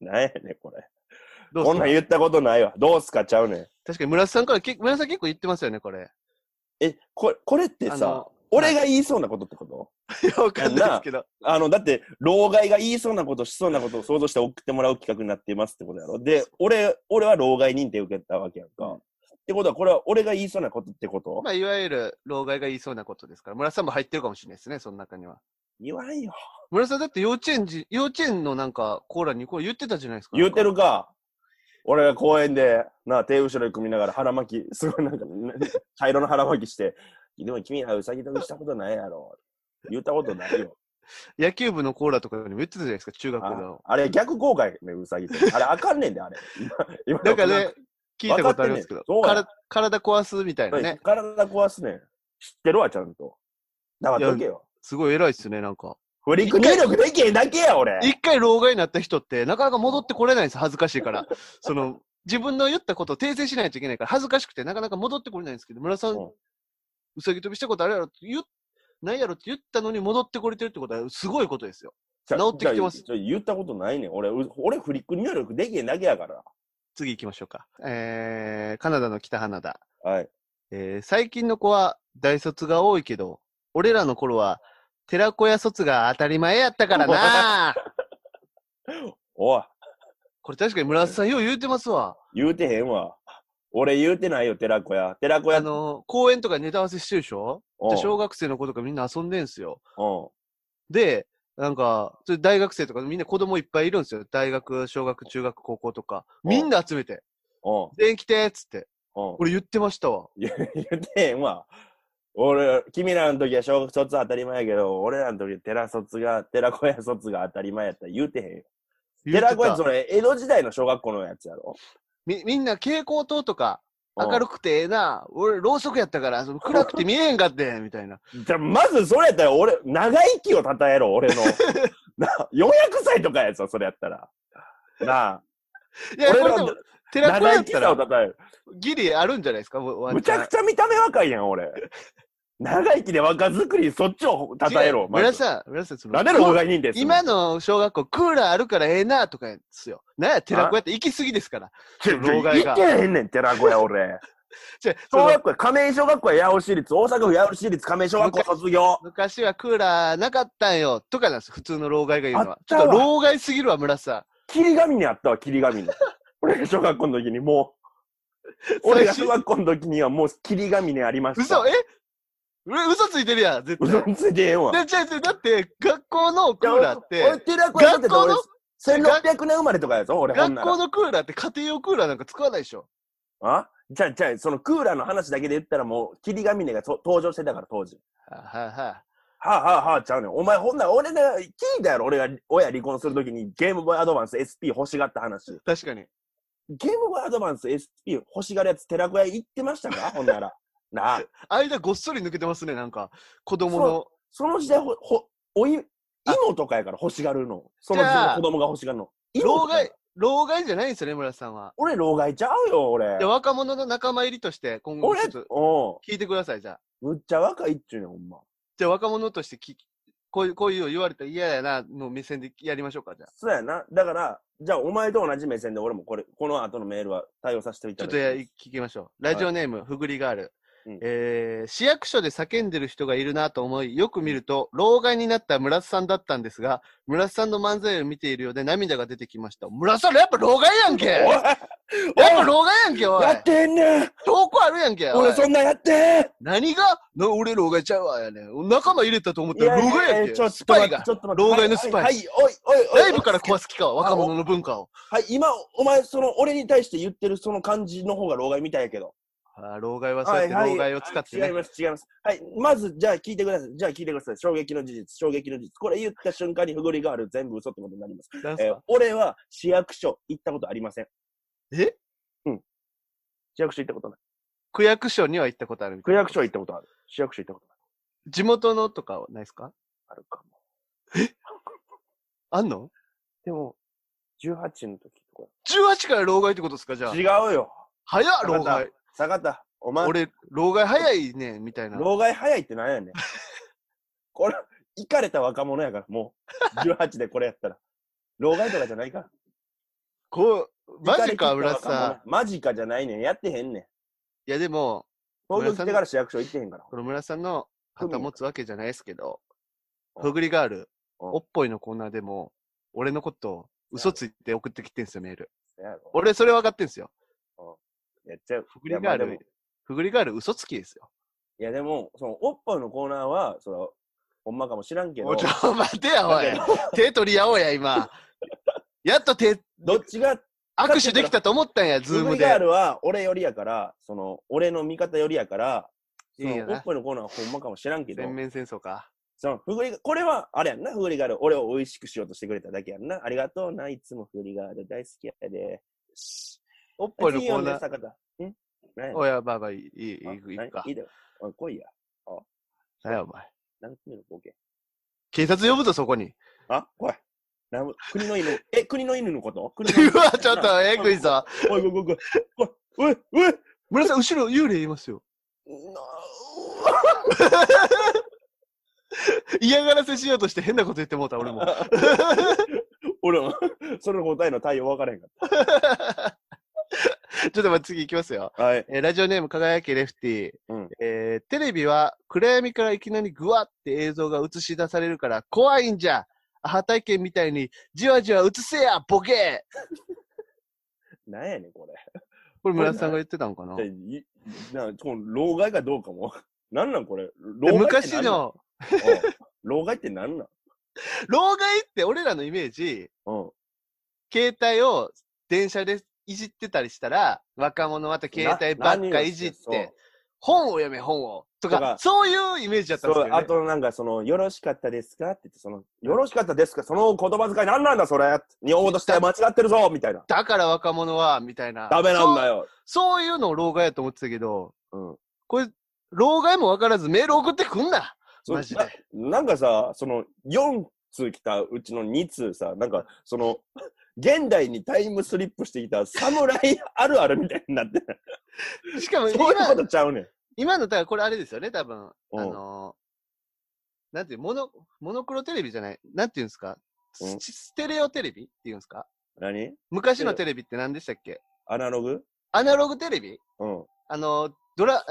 Speaker 1: なんやねん、これ。
Speaker 2: どう
Speaker 1: こ
Speaker 2: す
Speaker 1: ん
Speaker 2: か
Speaker 1: なん言ったことないわ。どうすかちゃうねん。
Speaker 2: 確かに村瀬さんからけ、村瀬さん結構言ってますよね、これ。
Speaker 1: え、これ、これって
Speaker 2: あ
Speaker 1: さ
Speaker 2: の、
Speaker 1: 俺が言いそうなことってこと
Speaker 2: いやわかんないですけど。
Speaker 1: あの、だって、老害が言いそうなこと、しそうなことを想像して送ってもらう企画になっていますってことやろ。で、俺、俺は老害認定受けたわけやんか。ってことは、これは俺が言いそうなことってこと、
Speaker 2: まあ、いわゆる、老害が言いそうなことですから、村瀬さんも入ってるかもしれないですね、その中には。
Speaker 1: 言わんよ。
Speaker 2: 村瀬さんだって幼稚園児、幼稚園のなんか、コーラにこう言ってたじゃないですか。
Speaker 1: 言うてるか。俺が公園で、なあ、手後ろに組みながら腹巻き、すごいなんか、ね茶色の腹巻きして、でも君はうさぎ飛びしたことないやろ。言ったことない よ。
Speaker 2: 野球部のコーラとかにも言ってたじゃないですか、中学
Speaker 1: あ
Speaker 2: の。
Speaker 1: あれ逆公開ね、うさぎ飛び。あれあかんねんで、あれ。今
Speaker 2: なんかね、、聞いたことありますけど、
Speaker 1: 分かってんねんそうや
Speaker 2: から体壊すみたい
Speaker 1: 今
Speaker 2: な
Speaker 1: の
Speaker 2: ね。
Speaker 1: 体壊すねん。知ってるわ、ちゃんと。だからどけよ。
Speaker 2: すごい偉いっすね、なんか。
Speaker 1: フリック入力できへんだけや、俺。
Speaker 2: 一回老害になった人って、なかなか戻ってこれないんです、恥ずかし いから。その、自分の言ったことを訂正しないといけないから、恥ずかしくて、なかなか戻ってこれないんですけど、村さん、
Speaker 1: うん
Speaker 2: うさぎ飛びしたことあるやろって言っ、ないやろって言ったのに戻ってこれてるってことは、すごいことですよ。
Speaker 1: ちゃ
Speaker 2: 治ってきてます
Speaker 1: ちゃ言ったことないねん。俺、う俺フリック入力できへんだけやから。
Speaker 2: 次行きましょうか。えー、カナダの北花田。
Speaker 1: はい。
Speaker 2: えー最近の子は大卒が多いけど、俺らの頃は、寺子屋卒が当たり前やったか らな
Speaker 1: おい。
Speaker 2: これ確かに村瀬さんよう言うてますわ。
Speaker 1: 言うてへんわ。俺言うてないよ、寺子屋。寺子屋
Speaker 2: あのー、公園とかネタ合わせしてるでしょ
Speaker 1: うん
Speaker 2: で小学生の子とかみんな遊んでんすよ。
Speaker 1: うん
Speaker 2: で、なんか、それ大学生とかみんな子供いっぱいいるんですよ。大学、小学、中学、高校とか。
Speaker 1: うん
Speaker 2: みんな集めて。
Speaker 1: うん
Speaker 2: 全員来てっつって。
Speaker 1: うん
Speaker 2: 俺言ってましたわ。
Speaker 1: 言う言うてへんわ。俺、君らの時は小学卒当たり前やけど、俺らの時は寺卒が、寺子屋卒が当たり前やったら言うてへんよ。
Speaker 2: 言って
Speaker 1: 寺子屋
Speaker 2: た
Speaker 1: それ、江戸時代の小学校のやつやろ。
Speaker 2: み、みんな蛍光灯と
Speaker 1: うん
Speaker 2: か、明るくてええな。俺、ろうそくやったから、その暗くて見えへんかって、みたいな。
Speaker 1: じゃ、まずそれやったら俺、長生きをたたえろ、俺の。 な、400歳とかやつは、それやったら。なあ、
Speaker 2: いや、
Speaker 1: 俺
Speaker 2: これで
Speaker 1: の
Speaker 2: も、寺子
Speaker 1: 長
Speaker 2: 屋だ
Speaker 1: 生
Speaker 2: っ
Speaker 1: き
Speaker 2: た
Speaker 1: さを
Speaker 2: ら、
Speaker 1: たたえる。
Speaker 2: ギリあるんじゃないですか、もうワン
Speaker 1: む
Speaker 2: チ
Speaker 1: ち
Speaker 2: ャ
Speaker 1: ゃ
Speaker 2: ン
Speaker 1: くちゃ見た目若いやん、俺。長生きで若作り、そっちをたたえ
Speaker 2: 違
Speaker 1: ろ
Speaker 2: う。
Speaker 1: まず
Speaker 2: 村さん、村さん、その
Speaker 1: なんで老害認定する
Speaker 2: 今の小学校、クーラーあるからええなとかやんすよ。なんや、寺子屋って行き過ぎですから。
Speaker 1: ちょ
Speaker 2: 老害
Speaker 1: 行
Speaker 2: が
Speaker 1: けへんねん、寺子屋、俺。
Speaker 2: じゃ
Speaker 1: 小学校、亀井小学校や八尾市立、大阪府八尾市立亀井小学校卒業。
Speaker 2: 昔はクーラーなかったんよ、とかなんです普通の老害が言うの
Speaker 1: あ
Speaker 2: は
Speaker 1: っ。
Speaker 2: ち
Speaker 1: たわ
Speaker 2: ょっと老害すぎるわ、村さ
Speaker 1: 霧ヶ峰あったわ、霧ヶ峰。俺が小学校の時にもう、俺が小学校の時にはもう霧ヶ峰ありま
Speaker 2: ん。
Speaker 1: した。
Speaker 2: 嘘、えう嘘ついてるやん、絶対。
Speaker 1: 嘘ついてへんわ。
Speaker 2: でじゃあじゃあだって、学校のクーラーっ
Speaker 1: 俺、
Speaker 2: て、
Speaker 1: 寺子屋だって
Speaker 2: 学校の
Speaker 1: 俺、1600年生まれとかやぞ、俺、ほん
Speaker 2: 学
Speaker 1: な
Speaker 2: 校
Speaker 1: ら。
Speaker 2: のクーラーって家庭用クーラーなんか使わないでしょ。
Speaker 1: あじゃあ、じゃあ、そのクーラーの話だけで言ったらもう、霧ヶ峰がと登場してたから、当時。
Speaker 2: はあはあはあ
Speaker 1: はあはあはあちゃうねん。お前ほんなら俺が聞いたやろ俺が親離婚するときにゲームボーイアドバンス SP 欲しがった話。
Speaker 2: 確かに。
Speaker 1: ゲームボーイアドバンス SP 欲しがるやつ寺子屋行ってました かほんなら。なあ。
Speaker 2: 間ごっそり抜けてますね、なんか。子供
Speaker 1: そ
Speaker 2: の。
Speaker 1: その時代ほ、ほ、おい、芋とかやから欲しがるの。その時代の子供が欲しがるの。芋
Speaker 2: 老
Speaker 1: とかや
Speaker 2: 害、老害じゃないんですよね、村瀬さんは。
Speaker 1: 俺、老害ちゃうよ、俺
Speaker 2: で、。若者の仲間入りとして、今後
Speaker 1: 俺
Speaker 2: ちょっと、
Speaker 1: う
Speaker 2: 聞いてください、じゃあ。
Speaker 1: ん。むっちゃ若いっちゅうねん、ほんま。
Speaker 2: じゃあ、若者として聞き、こういう、こういうの言われたら嫌やな、の目線でやりましょうか、じゃあ。
Speaker 1: そうやな。だから、じゃあお前と同じ目線で俺もこれ、この後のメールは対応させてい
Speaker 2: ちょ
Speaker 1: た
Speaker 2: っ
Speaker 1: だき
Speaker 2: とや
Speaker 1: ます
Speaker 2: 聞きましょう。ラジオネーム、ふぐりガール。
Speaker 1: うん
Speaker 2: えー、市役所で叫んでる人がいるなと思い、よく見ると、老害になった村瀬さんだったんですが、村瀬さんの漫才を見ているようで涙が出てきました。村瀬さん、やっぱ老害やんけやっぱ老害やんけ、
Speaker 1: お
Speaker 2: お
Speaker 1: い
Speaker 2: い
Speaker 1: やってんねん
Speaker 2: 証拠あるやんけおい
Speaker 1: 俺そんなんやって
Speaker 2: 何がな俺、老害ちゃうわ、やねん。仲間入れたと思ったら、老害や
Speaker 1: ちょっ
Speaker 2: んけ
Speaker 1: と
Speaker 2: スパイが
Speaker 1: ち。ょっと待
Speaker 2: 老
Speaker 1: って
Speaker 2: 害のスパイ
Speaker 1: はい、はいはいおい、おい、おい。
Speaker 2: ライブから壊す気か、若者の文化を。
Speaker 1: はい、今、お前、その、俺に対して言ってるその感じの方が老害みたいやけど。
Speaker 2: あー老害はそうやって
Speaker 1: はいはい
Speaker 2: 老害を使って
Speaker 1: 違い
Speaker 2: ね。
Speaker 1: ます、違います。はい、まず、じゃあ聞いてください。じゃあ聞いてください。衝撃の事実、衝撃の事実。これ言った瞬間に不合理がある、全部嘘ってことになります。
Speaker 2: なんす
Speaker 1: えー
Speaker 2: か
Speaker 1: 俺は市役所行ったことありません。
Speaker 2: え
Speaker 1: 市役所行ったことない。
Speaker 2: 区役所には行ったことあるみた
Speaker 1: 区
Speaker 2: いな
Speaker 1: 役所行ったことある。市役所行ったこと
Speaker 2: 地元のとかはないですか
Speaker 1: あるかも。
Speaker 2: あんの
Speaker 1: でも、18の時と
Speaker 2: ?18 から老害ってことですかじゃあ
Speaker 1: か。違。うよ。
Speaker 2: 早っ、
Speaker 1: わか
Speaker 2: 老
Speaker 1: った
Speaker 2: 害。
Speaker 1: 坂田、お前、
Speaker 2: 俺、老害早いね、みたいな。
Speaker 1: 老害早いってなんや ねん。これ、行かれた若者やから、もう。18でこれやったら。老害とかじゃないから。
Speaker 2: こう、マジ
Speaker 1: イカ
Speaker 2: か、
Speaker 1: れ
Speaker 2: 村
Speaker 1: 切
Speaker 2: 田
Speaker 1: った若
Speaker 2: さ
Speaker 1: 者。。
Speaker 2: ん
Speaker 1: マジかじゃないねん。やってへんねん。
Speaker 2: いや、でも、
Speaker 1: 東京来てから市役所行ってへんから。
Speaker 2: この村さんの肩持つわけじゃないですけど、
Speaker 1: うん
Speaker 2: ふぐりガール、
Speaker 1: うん
Speaker 2: おっぽいのコーナーでも、俺のこと、嘘ついて送ってきてんすよ、メール。
Speaker 1: やろ
Speaker 2: 俺、それ分かってんすよ。
Speaker 1: やっちゃう。
Speaker 2: ふぐりガー
Speaker 1: いやまあでも
Speaker 2: ル、ふぐりガール、嘘つきですよ。
Speaker 1: いやでも、その、おっぱいのコーナーは、その、ほんまかもしらんけ
Speaker 2: も
Speaker 1: ど
Speaker 2: う、ちょ、 待てや、おい
Speaker 1: だ。
Speaker 2: 手取り合おうや、今。やっと手、
Speaker 1: どっちが、
Speaker 2: 握手できたと思ったんや、ズ
Speaker 1: ズ
Speaker 2: ー
Speaker 1: ーム
Speaker 2: ム
Speaker 1: ガー
Speaker 2: で。
Speaker 1: ルは俺よりやから、その、俺の味方よりやから、そ
Speaker 2: いいよ
Speaker 1: の、お
Speaker 2: な
Speaker 1: っ。ぱいのコーナーはほんまかもしらんけど、
Speaker 2: 全面戦争か。
Speaker 1: その、ふぐりが、これは、あれやんな、ふぐりガール、俺を美味しくしようとしてくれただけやんな。ありがとうな、いつもふぐりガール大好きやで。
Speaker 2: おっぽいのコ
Speaker 1: 次呼
Speaker 2: ー
Speaker 1: ん
Speaker 2: ナ
Speaker 1: で
Speaker 2: ー。
Speaker 1: 坂田。ん何や
Speaker 2: おや、ばあば、いい、いい、いい
Speaker 1: あ
Speaker 2: いいか
Speaker 1: 何い。いだよ。おい来いや。
Speaker 2: 何や、お前。
Speaker 1: 何組のボケ。
Speaker 2: 警察呼ぶぞ、そこに。
Speaker 1: あ、来い。なん国の犬。 え、国の犬の こと国の犬
Speaker 2: うわ、ちょっと、えぐいぞ。
Speaker 1: おい、おい、おい、おい、おい、おい、
Speaker 2: 村さん、後ろ、幽霊いますよ。嫌がらせしようとして変なこと言ってもうた、俺も。
Speaker 1: 俺も、 それの答えの対応分からへんかっ
Speaker 2: ちょっと待って、次行きますよ。
Speaker 1: た。はい。
Speaker 2: えーラジオネーム、輝けレフティ、
Speaker 1: うん
Speaker 2: えーテレビは暗闇からいきなりグワって映像が映し出されるから怖いんじゃ。アハ体験みたいに、じわじわ映せや、ボケ
Speaker 1: なんやねん、こ
Speaker 2: これ村田さんが言ってたのかな
Speaker 1: れ。いなこの老害かどうかも。 なんなん、これ。
Speaker 2: で
Speaker 1: 老害って
Speaker 2: 昔
Speaker 1: なんなん。
Speaker 2: の、
Speaker 1: うん老害ってなんなん
Speaker 2: 老害って俺らのイメージ、
Speaker 1: うん。
Speaker 2: 携帯を電車でいじってたりしたら、若者また 携帯ばっかいじっ
Speaker 1: な。何
Speaker 2: て、本を読め、本を。と
Speaker 1: と
Speaker 2: か
Speaker 1: か、
Speaker 2: そういうイメージ
Speaker 1: が
Speaker 2: だったん
Speaker 1: そう
Speaker 2: です
Speaker 1: そ
Speaker 2: よ、
Speaker 1: う
Speaker 2: ね。
Speaker 1: あとなんかその、よろしかったですかって言って、その、よろしかったですかその言葉遣いなんなんだそれ日本語としては間違ってるぞみたいな。
Speaker 2: だから若者は、みたいな。
Speaker 1: ダメなんだよ。
Speaker 2: そう。そういうのを老害やと思ってたけど、
Speaker 1: うん。
Speaker 2: これ、老害も分からずメール送ってくんな
Speaker 1: そう
Speaker 2: マジで。
Speaker 1: なんかさ、その4通来たうちの2通さ、なんかそ の、現代にタイムスリップしてきた侍あるあるみたいになってない、
Speaker 2: しかも
Speaker 1: そういうこ
Speaker 2: 今、
Speaker 1: とちゃうねん。
Speaker 2: 今の、だからこれあれですよね、多分。
Speaker 1: うん
Speaker 2: あのー、なんていう、モノ、モノクロテレビじゃない、なんていうんですか、ス
Speaker 1: うん
Speaker 2: ステレオテレビっていうんですか
Speaker 1: 何
Speaker 2: 昔のテレビって何でしたっけ
Speaker 1: アナログ
Speaker 2: アナログテレビ
Speaker 1: うん。
Speaker 2: あのー、ドラ、ん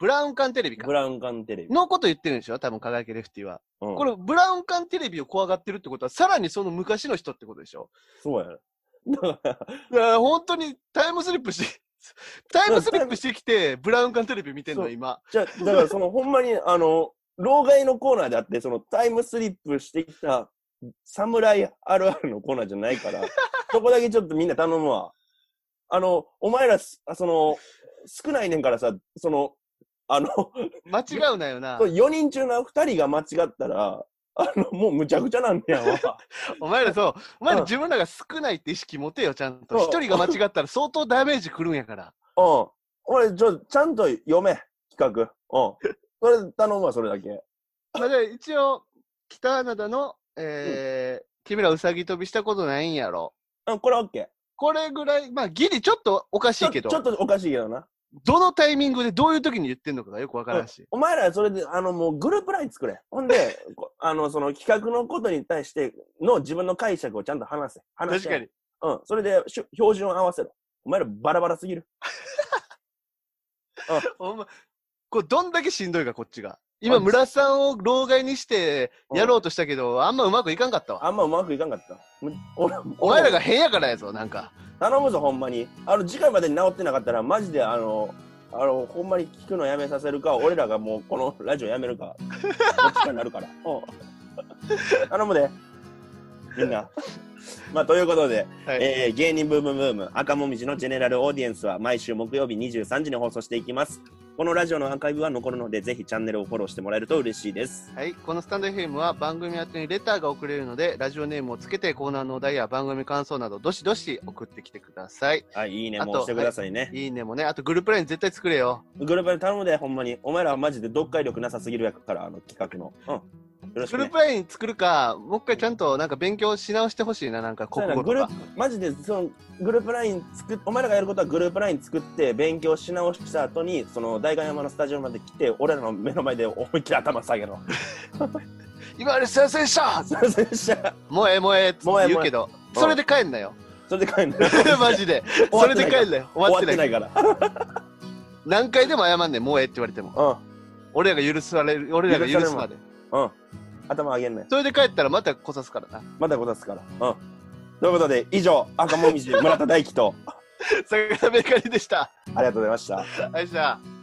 Speaker 2: ブラウン管テレビか
Speaker 1: ブ。ラウン管テレビ。
Speaker 2: のこと言ってるんでしょ多分、輝けレフティは。
Speaker 1: うん、
Speaker 2: これ、ブラウン管テレビを怖がってるってことは、さらにその昔の人ってことでしょ
Speaker 1: そうやな。だから
Speaker 2: だから本当にタイムスリップして、 タイムスリップしてきて、ブラウン管テレビ見てん
Speaker 1: そ
Speaker 2: の、
Speaker 1: う
Speaker 2: 今。
Speaker 1: じゃあだからその、ほんまに、あの、老害のコーナーであって、そのタイムスリップしてきた侍あるあるのコーナーじゃない から、そこだけちょっとみんな頼むわ。あの、お前らす、あその、少ないねんからさ、その、あの、
Speaker 2: 間違うなよな。
Speaker 1: 4人中の2人が間違ったら、あの、もうむちゃくちゃなんねやわ。
Speaker 2: お前らそう、お前
Speaker 1: う
Speaker 2: ら
Speaker 1: ん
Speaker 2: 自分らが少ないって意識持てよ、ちゃんと。
Speaker 1: そ
Speaker 2: 一
Speaker 1: う
Speaker 2: 人が間違ったら相当ダメージくるんやから。
Speaker 1: うん。俺、ちょ、ちゃんと読め、企画。うん。それ頼むわ、それだけ。
Speaker 2: まあ、じゃあ一応、北穴田の、えー、君らうさぎ飛びしたことないんやろ。
Speaker 1: うん、これ OK。
Speaker 2: これぐらい、まあ、ギリちょっとおかし
Speaker 1: ち
Speaker 2: い
Speaker 1: ょ
Speaker 2: け
Speaker 1: ち
Speaker 2: ど、
Speaker 1: ょっとおかしいけどな。
Speaker 2: どのタイミングでどういう時に言ってんのかがよくわからんし。
Speaker 1: お前らそれで、あの、もうグループライン作れ。ほん で、こあの、その企画のことに対しての自分の解釈をちゃんと話せ。話
Speaker 2: 確
Speaker 1: し合
Speaker 2: か
Speaker 1: え
Speaker 2: に。。
Speaker 1: うん。それでしゅ、標準を合わせろ。お前らバラバラすぎる。
Speaker 2: お前、これどんだけしんどいか、こっちが。今、
Speaker 1: マジ
Speaker 2: 村さんを老害にして
Speaker 1: うん
Speaker 2: やろうとしたけど、あんまうまくいかんかったわ。
Speaker 1: あんまうまくいかんかった。むお
Speaker 2: お前らが変やからやぞ、なんか。
Speaker 1: 頼むぞ、ほんまに。あの、次回までに治ってなかったら、マジで、あの、あの、ほんまに聞くのやめさせるか、俺らがもうこのラジオやめる か、どっちかになるから。うん頼むで。みんな。まあ、ということで、
Speaker 2: はい
Speaker 1: えー芸人ブームブーム赤もみじのジェネラルオーディエンスは毎週木曜日23時に放送していきます。このラジオのアーカイブは残るので、ぜひチャンネルをフォローしてもらえると嬉しいです。
Speaker 2: はい、このスタンド FM は番組宛てにレターが送れるので、ラジオネームをつけてコーナーのお題や番組感想など、どしどし送ってきてください。
Speaker 1: はい、いいね
Speaker 2: あと
Speaker 1: も押してくださいね。
Speaker 2: いいねもね、あとグループライン絶対作れよ。
Speaker 1: グループで頼むで、ほんまに。お前らはマジで読解力なさすぎるやから、あの企画の。うん。よろしく、
Speaker 2: グルー
Speaker 1: ね
Speaker 2: プ。ライン作るか、もう一回ちゃんとなんか勉強し直してほしいな、なんか
Speaker 1: そうや
Speaker 2: 国
Speaker 1: な
Speaker 2: 語
Speaker 1: グ
Speaker 2: と
Speaker 1: ルー
Speaker 2: か
Speaker 1: プ。マジでそのグループライン作っお前らがやることはグループライン作って勉強し直した後にその大岩山のスタジオまで来て俺らの目の前で思いっきり頭下げろ。
Speaker 2: 今あれ先生した
Speaker 1: すいませんでした
Speaker 2: もうええもうええっつって言うけど、
Speaker 1: え
Speaker 2: それで帰ん なよ。
Speaker 1: それで帰んな
Speaker 2: マジで。
Speaker 1: 終
Speaker 2: そ
Speaker 1: わ
Speaker 2: れ
Speaker 1: って
Speaker 2: で
Speaker 1: ないから
Speaker 2: 帰んなよ。終
Speaker 1: 終
Speaker 2: わ
Speaker 1: わ
Speaker 2: っ
Speaker 1: って
Speaker 2: な
Speaker 1: てな
Speaker 2: いか
Speaker 1: い
Speaker 2: ら。
Speaker 1: から。
Speaker 2: 何回でも謝んねん、もうええって言われても。俺らが許すわれる、俺らが許すまで。
Speaker 1: うん。うん。頭上げんなよ。
Speaker 2: それで帰ったらまたこさすからな。
Speaker 1: まだござすから。うん。ということで以上赤もみじ村田大樹と
Speaker 2: 坂上かりでした。
Speaker 1: ありがとうございました。
Speaker 2: ありがとうございました。